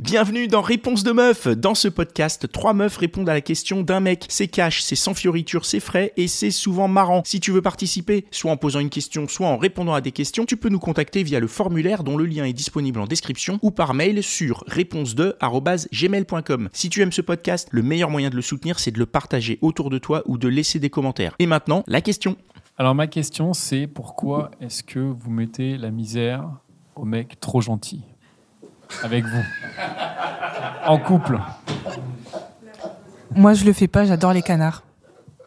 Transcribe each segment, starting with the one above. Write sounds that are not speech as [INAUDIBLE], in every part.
Bienvenue dans Réponse de meuf. Dans ce podcast, trois meufs répondent à la question d'un mec. C'est cash, c'est sans fioriture, c'est frais et c'est souvent marrant. Si tu veux participer, soit en posant une question, soit en répondant à des questions, tu peux nous contacter via le formulaire dont le lien est disponible en description ou par mail sur réponse2@gmail.com. Si tu aimes ce podcast, le meilleur moyen de le soutenir, c'est de le partager autour de toi ou de laisser des commentaires. Et maintenant, la question. Alors ma question c'est pourquoi est-ce que vous mettez la misère aux mecs trop gentils avec vous en couple Moi, je le fais pas, j'adore les canards.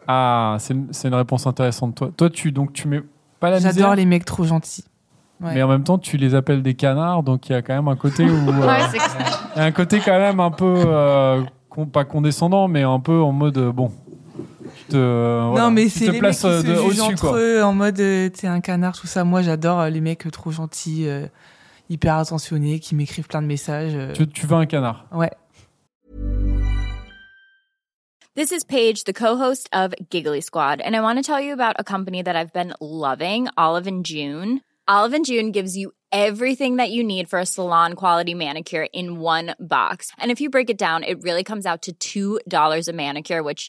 Ah, c'est une, c'est une réponse intéressante toi. Toi tu donc tu mets pas la J'adore misère les mecs trop gentils. Ouais. mais en même temps tu les appelles des canards donc il y a quand même un côté où euh, Ouais, c'est clair. il y a un côté quand même un peu euh, con- pas condescendant mais un peu en mode euh, bon. Tu te euh, voilà, Non, mais tu c'est te les mecs qui places, euh, se de- jugent au-dessus entre quoi. eux en mode euh, t'es un canard, tout ça. Moi, j'adore euh, les mecs euh, trop gentils, euh, hyper attentionnés, qui m'écrivent plein de messages. euh. Tu, tu veux un canard. Ouais. This is Paige, the co-host of Giggly Squad, and I want to tell you about a company that I've been loving, Olive and June. Olive and June gives you everything that you need for a salon quality manicure in one box. And if you break it down, it really comes out to $2 a manicure, which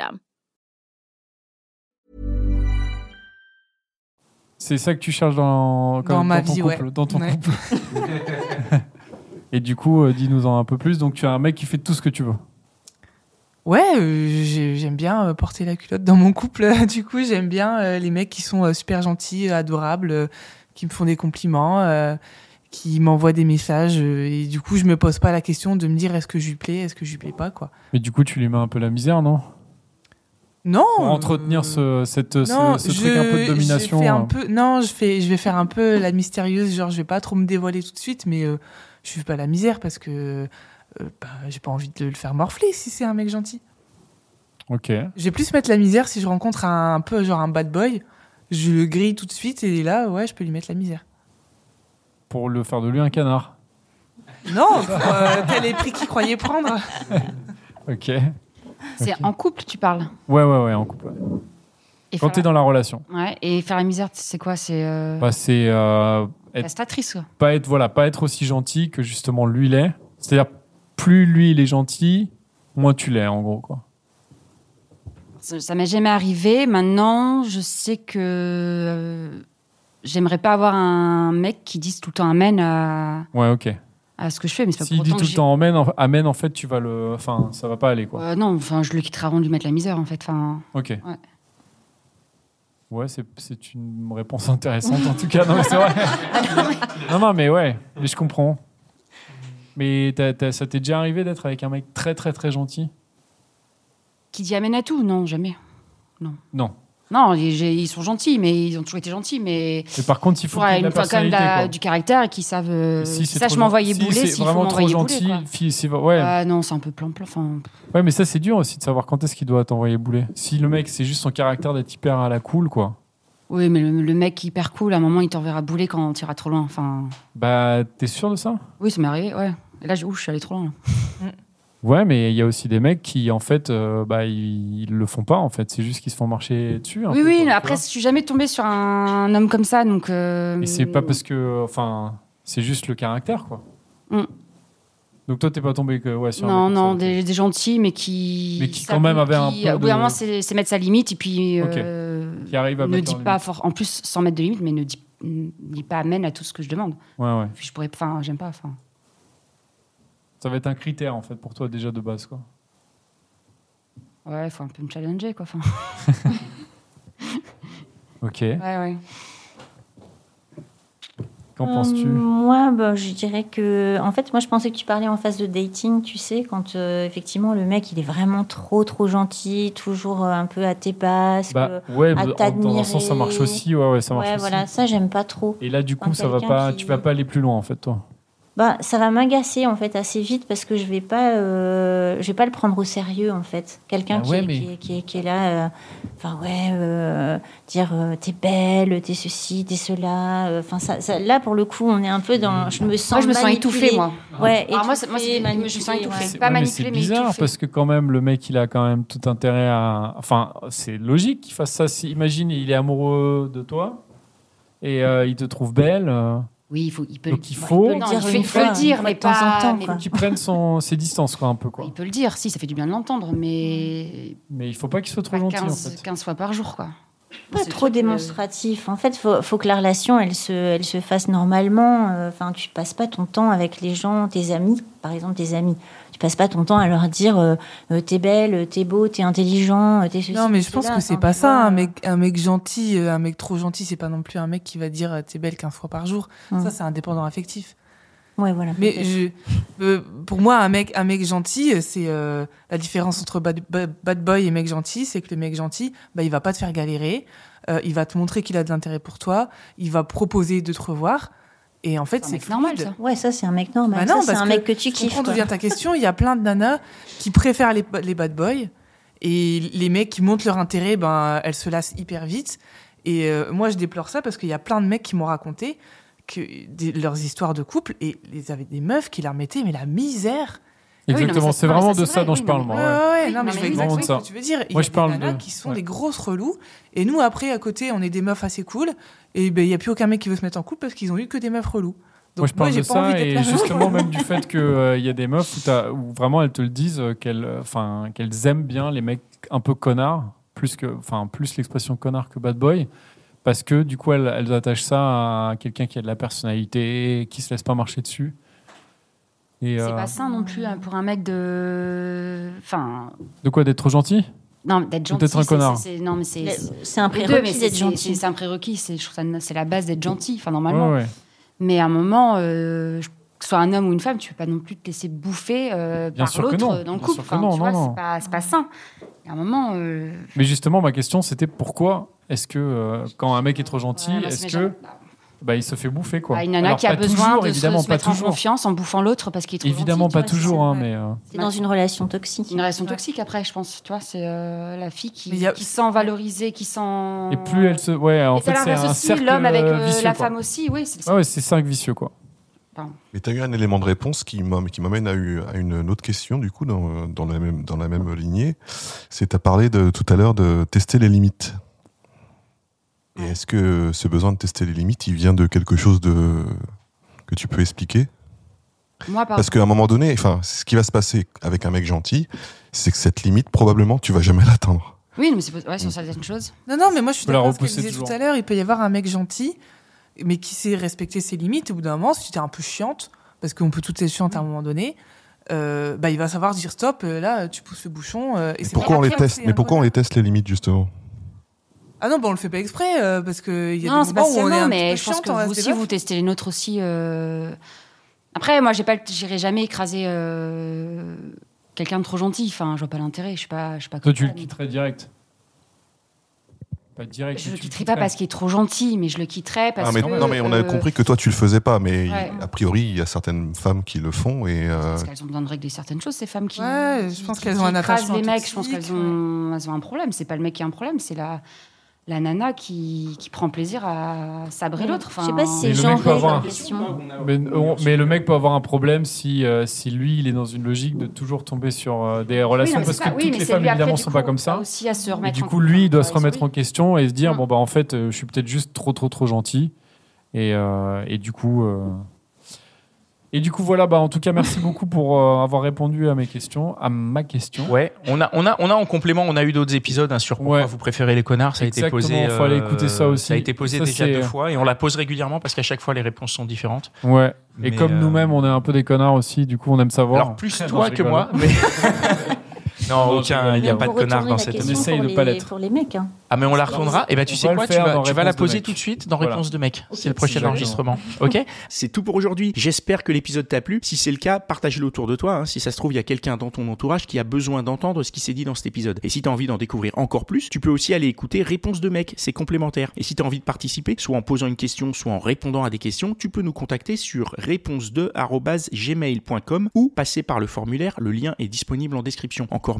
C'est ça que tu cherches dans, comme- Dans ma ton vie, couple, ouais. dans ton Ouais. couple. [LAUGHS] Et du coup, euh, dis-nous en un peu plus. Donc, tu as un mec qui fait tout ce que tu veux. Ouais, euh, j'ai- j'aime bien euh, porter la culotte dans mon couple. [LAUGHS] du coup, j'aime bien euh, les mecs qui sont euh, super gentils, euh, adorables, euh, qui me font des compliments, euh, qui m'envoient des messages. euh, et du coup, je me pose pas la question de me dire est-ce que je lui plais, est-ce que je lui plais pas, quoi. Mais du coup, tu lui mets un peu la misère, non Non. Pour euh, entretenir ce, cette, ce- non, ce truc un peu de je domination. fais un euh. peu, non, je, fais, je vais faire un peu la mystérieuse, genre je vais pas trop me dévoiler tout de suite, mais euh, je fais pas la misère parce que euh, bah, j'ai pas envie de le faire morfler si c'est un mec gentil. Ok. Je vais plus mettre la misère si je rencontre un, un peu genre un bad boy. Je le grille tout de suite et là, ouais, je peux lui mettre la misère. Pour le faire de lui un canard. [LAUGHS] Non, pour, euh, t'as les prix qu'il croyait prendre. Ok. C'est en couple, tu parles. Ouais, ouais, ouais, en couple. Et Quand faire, tu es dans la relation, la... Ouais, et faire la misère, c'est quoi C'est euh... bah, c'est euh, prestatrice, quoi. pas, être, voilà, pas être aussi gentil que justement lui l'est. C'est-à-dire, plus lui il est gentil, moins tu l'es, en gros. Quoi. Ça, ça m'est jamais arrivé. Maintenant, je sais que euh, j'aimerais pas avoir un mec qui dise tout le temps amen à, Ouais, ok. à ce que je fais, mais c'est pas S'il pour dit autant tout que le j'ai- temps amène, en, amène, en fait, tu vas le. Enfin, ça va pas aller, quoi. Euh, non, enfin, je le quitterai avant de lui mettre la misère, en fait. Enfin, Ok. Ouais. c'est- c'est une réponse intéressante, en tout cas. Non, mais c'est [LAUGHS] vrai. non, non, mais ouais, mais je comprends. Mais t'as- t'as- ça t'est déjà arrivé d'être avec un mec très, très, très gentil qui dit amen à tout Non, jamais. Non. Non. Non, les- j'ai- ils sont gentils, mais ils ont toujours été gentils, mais Mais par contre, il faut Ouais, qu'il y ait de la il faut quand même de personnalité. la- quoi. du caractère et qu'ils savent. euh, Si qu'ils c'est sachent trop m'envoyer gen- si bouler c'est s'il faut vraiment trop m'envoyer bouler, gentil. quoi. fi- si- ouais. Ah non, c'est un peu plan-plan. Enfin, ouais, mais ça, c'est dur aussi de savoir quand est-ce qu'il doit t'envoyer bouler. Si le mec, c'est juste son caractère d'être hyper à la cool, quoi. Oui, mais le, le mec hyper cool, à un moment, il t'enverra bouler quand tu iras trop loin. Enfin, Bah, t'es sûr de ça oui, ça m'est arrivé, ouais. Et là, je, ouh, je suis allé trop loin. là. Ouais, mais il y a aussi des mecs qui, en fait, euh, bah, ils, ils le font pas, en fait. C'est juste qu'ils se font marcher dessus. un Oui, peu, oui, quoi, tu après, vois. je suis jamais tombée sur un homme comme ça, donc. euh, Et c'est pas parce que. Enfin, c'est juste le caractère, quoi. Mm. Donc toi, t'es pas tombé que, ouais, sur un Non, mec comme non, ça, ok. des, des gentils, mais qui. Mais qui, savent quand même, avaient un qui, peu Au bout d'un de- moment, c'est c'est mettre sa limite, et puis. Ok. Bah, euh, Qui arrivent à ne mettre dis leur pas fort. En plus, sans mettre de limite, mais ne dis, ne dis pas amène à tout ce que je demande. limite. Ouais, ouais. Puis je pourrais. Enfin, j'aime pas. Enfin. Ça va être un critère, en fait, pour toi, déjà, de base, quoi. Ouais, faut un peu me challenger, quoi. Enfin, Ok. ouais, ouais. Qu'en Euh, Hum, penses-tu Moi, bah, je dirais que. En fait, moi, je pensais que tu parlais en phase de dating, tu sais, quand euh, effectivement le mec, il est vraiment trop, trop gentil, toujours euh, un peu à tes basques. Bah, ouais, à bah, en- dans un sens, ça marche t'admirer. aussi. Ouais, ouais, ça marche ouais, aussi. voilà, ça, j'aime pas trop. Et là, du coup, Quand ça va quelqu'un pas. qui- Tu vas pas aller plus loin, en fait, toi. bah, ça va m'agacer en fait assez vite parce que je vais pas, euh, je vais pas le prendre au sérieux en fait. Quelqu'un Ah qui, ouais, est- mais- qui, est- qui est- qui est là, euh, enfin ouais, euh, dire euh, t'es belle, t'es ceci, t'es cela. euh, Enfin ça, ça- là pour le coup, on est un peu dans, Mmh. je me sens, Moi, je me sens manipulée. étouffée, moi. Ouais, Alors, moi, c'est- moi, c'est- je me étouffée, sens manipulée, étouffée. ouais. C'est pas Ouais, mais manipulé, C'est mais bizarre étouffé. parce que quand même le mec il a quand même tout intérêt à. Enfin c'est logique qu'il fasse ça. Si, imagine il est amoureux de toi et euh, il te trouve belle. euh, Oui, il faut, il peut, Donc, il ouais, faut- peut le Non, dire il une fait- fois, il faut le dire, une mais fois de temps en pas. temps, mais- quoi. Qu'il prenne son, ses distances quoi un peu quoi. Il peut le dire, si, ça fait du bien de l'entendre, mais Mais il faut pas qu'il soit trop pas gentil 15, en fait. 15 fois par jour, quoi. pas C'est trop le truc, démonstratif. En fait, faut, faut que la relation, elle se, elle se fasse normalement. Euh, Enfin, tu passes pas ton temps avec les gens, tes amis, par exemple, tes amis. Tu passes pas ton temps à leur dire euh, euh, t'es belle, euh, t'es beau, t'es intelligent, euh, t'es ceci. Non, mais je t'es pense cela. que c'est Enfin, pas tu vois, ça. Un euh, mec, un mec gentil, euh, un mec trop gentil, c'est pas non plus un mec qui va dire euh, t'es belle 15 fois par jour. Hmm. Ça, c'est un dépendant affectif. Ouais, voilà. Mais peut-être. je, euh, pour moi, un mec, un mec gentil, euh, c'est euh, la différence entre bad, bad- bad boy et mec gentil, c'est que le mec gentil, bah, il va pas te faire galérer, euh, il va te montrer qu'il a de l'intérêt pour toi, il va proposer de te revoir, et en fait, C'est un c'est mec normal, fluide. ça. Ouais, ça c'est un mec Bah normal. non, Ça, c'est parce un mec que tu Je kiffes. comprends d'où quoi. vient ta question. Il y a plein de nanas qui préfèrent les, les bad boys et les mecs qui montrent leur intérêt, ben elles se lassent hyper vite. Et euh, moi, je déplore ça parce qu'il y a plein de mecs qui m'ont raconté que des- leurs histoires de couple et ils avaient des meufs qui leur mettaient mais la misère. oui, non, mais Exactement. ça- c'est non, mais vraiment ça, de c'est ça vrai, dont oui, je non, parle mais- moi. Ouais, ouais. ouais, Oui, non, mais non, je mais vois oui, exactement oui. ce que tu veux dire. Il y Ah Moi, a je des parle nanas de- qui sont ouais. des grosses relous et nous après à côté, on est des meufs assez cool et ben il y a plus aucun mec qui veut se mettre en couple parce qu'ils ont eu que des meufs relous. moi, je parle j'ai de pas envie ça d'être et la- justement [LAUGHS] même du fait qu'il y a des meufs où, t'as- où vraiment elles te le disent euh, qu'elles euh, 'fin, qu'elles aiment bien les mecs un peu connards, plus, que, 'fin, plus l'expression connard que bad boy, parce que du coup elles, elles attachent ça à quelqu'un qui a de la personnalité, qui se laisse pas marcher dessus. Et, C'est euh, pas sain non plus hein, pour un mec de. Enfin. de quoi d'être trop gentil Non, d'être gentil. d'être un c'est- connard. c'est- c'est- Non, mais c'est. c'est- C'est un les deux, mais prérequis c'est- d'être c'est gentil. c'est- c'est un prérequis. C'est je trouve ça- c'est la base d'être gentil, enfin, Ouais, normalement. ouais. Mais à un moment, euh, je- que ce soit un homme ou une femme, tu peux pas non plus te laisser bouffer euh, Bien par sûr que non, l'autre euh, dans le bien couple. sûr que non, non, tu vois, non. c'est pas, c'est pas sain. Et à un moment. euh, Mais justement ma question c'était pourquoi est-ce que euh, quand un mec est trop gentil, ouais, moi, ça est-ce m'est que jamais- bah, il se fait bouffer quoi Bah, une nana Alors, qui a pas besoin toujours, de se- évidemment se pas mettre en toujours. confiance en bouffant l'autre parce qu'il est trop Évidemment gentil, pas tu vois, toujours hein, vrai. mais euh, C'est dans une relation toxique. C'est une relation Ouais. toxique après, je pense. Tu vois, c'est euh, la fille Mais qui, y a- qui sent valorisée, qui sent. Et plus elle se. Ouais, en Et ça fait, c'est l'inverse un aussi, cercle l'homme avec euh, vicieux, la quoi. Ah femme aussi, oui. c'est- Ouais, ouais, c'est cinq vicieux, quoi. Mais tu as eu un élément de réponse qui m'am- qui m'amène à, eu- à une autre question, du coup, dans, dans la, même, dans la même lignée. C'est tu as parlé de, tout à l'heure de tester les limites. Et est-ce que ce besoin de tester les limites, il vient de quelque chose de que tu peux expliquer Moi, par Parce qu'à un moment donné, enfin, ce qui va se passer avec un mec gentil, c'est que cette limite, probablement, tu vas jamais l'atteindre. Oui, mais c'est ouais, Mm. sur certaines choses. Non, non, mais moi je suis Faut la d'accord avec ce que je repousser disais toujours. tout à l'heure. Il peut y avoir un mec gentil, mais qui sait respecter ses limites. Au bout d'un moment, si tu es un peu chiante, parce qu'on peut toutes être chiantes à Mm. un moment donné, euh, bah, il va savoir dire stop, euh, là tu pousses le bouchon. euh, et Mais c'est pourquoi pas on les grave, teste c'est Mais pourquoi on incroyable. les teste les limites justement Ah non, bah, on le fait pas exprès, euh, parce qu'il y a Non, des c'est pas moments où on est seulement, un mais petit peu je pense chiante. que on va vous se aussi, débattre. vous testez les nôtres aussi. euh. Après, moi, j'ai pas, le- j'irai jamais écraser euh, quelqu'un de trop gentil. Enfin, je vois pas l'intérêt. Je suis pas, je suis pas. Toi, comme tu ça, le donc. quitterais direct. Pas direct. Je mais le tu le quitterai pas parce qu'il est trop gentil, mais je le quitterai parce Ah, mais- que. Non, mais on a euh, compris que toi, tu le faisais pas. Mais Ouais. a priori, il y a certaines femmes qui le font et. euh, Parce qu'elles ont besoin de régler certaines choses, ces femmes qui. Ouais, je qui- pense qui- qu'elles qui ont un écrasent attachement les mecs, je pense toxique, qu'elles ont, elles ont un problème. C'est pas le mec qui a un problème, c'est la, la nana qui, qui prend plaisir à sabrer l'autre. Je sais pas si Mais c'est le mec peut genré avoir comme un- question. Mais, euh, on- mais le mec peut avoir un problème si, euh, si lui, il est dans une logique de toujours tomber sur euh, des relations. parce que toutes les femmes, évidemment, sont pas comme ça. Aussi à se Et remettre du en coup, lui, il doit se contre- remettre en question et se dire Mm. bon, bah, en fait, euh, je suis peut-être juste trop, trop, trop gentil. Et, euh, et du coup. euh, Et du coup, voilà, bah, en tout cas, merci [LAUGHS] beaucoup pour euh, avoir répondu à mes questions, à ma question. Hein Ouais, on a, on a, on a en complément, on a eu d'autres épisodes hein, sur pourquoi Ouais. vous préférez les connards. Ça a Exactement, été posé. euh, faut aller écouter ça aussi. Ça a été posé Ça, déjà c'est- deux fois et on la pose régulièrement parce qu'à chaque fois les réponses sont différentes. Ouais. Et Mais, comme euh, [LAUGHS] nous-mêmes, on est un peu des connards aussi, du coup, on aime savoir. Alors plus Non, toi je que rigole. moi, mais. Non, aucun, il n'y a Mais pas de on peut connard retourner dans la cette question émission. Essaye pour de les- pas l'être. Pour les mecs. hein. Ah, mais on la retournera. Et bah, tu On sais va quoi, le tu faire vas, dans tu vas la Réponse de poser mec. tout de suite dans Voilà. Réponse de mec. C'est le Si prochain jamais. [LAUGHS] enregistrement. Ok C'est tout pour aujourd'hui. J'espère que l'épisode t'a plu. Si c'est le cas, partage-le autour de toi. hein. Si ça se trouve, il y a quelqu'un dans ton entourage qui a besoin d'entendre ce qui s'est dit dans cet épisode. Et si t'as envie d'en découvrir encore plus, tu peux aussi aller écouter Réponse de mec. C'est complémentaire. Et si t'as envie de participer, soit en posant une question, soit en répondant à des questions, tu peux nous contacter sur réponse2@gmail.com ou passer par le formulaire. Le lien est disponible en description. Encore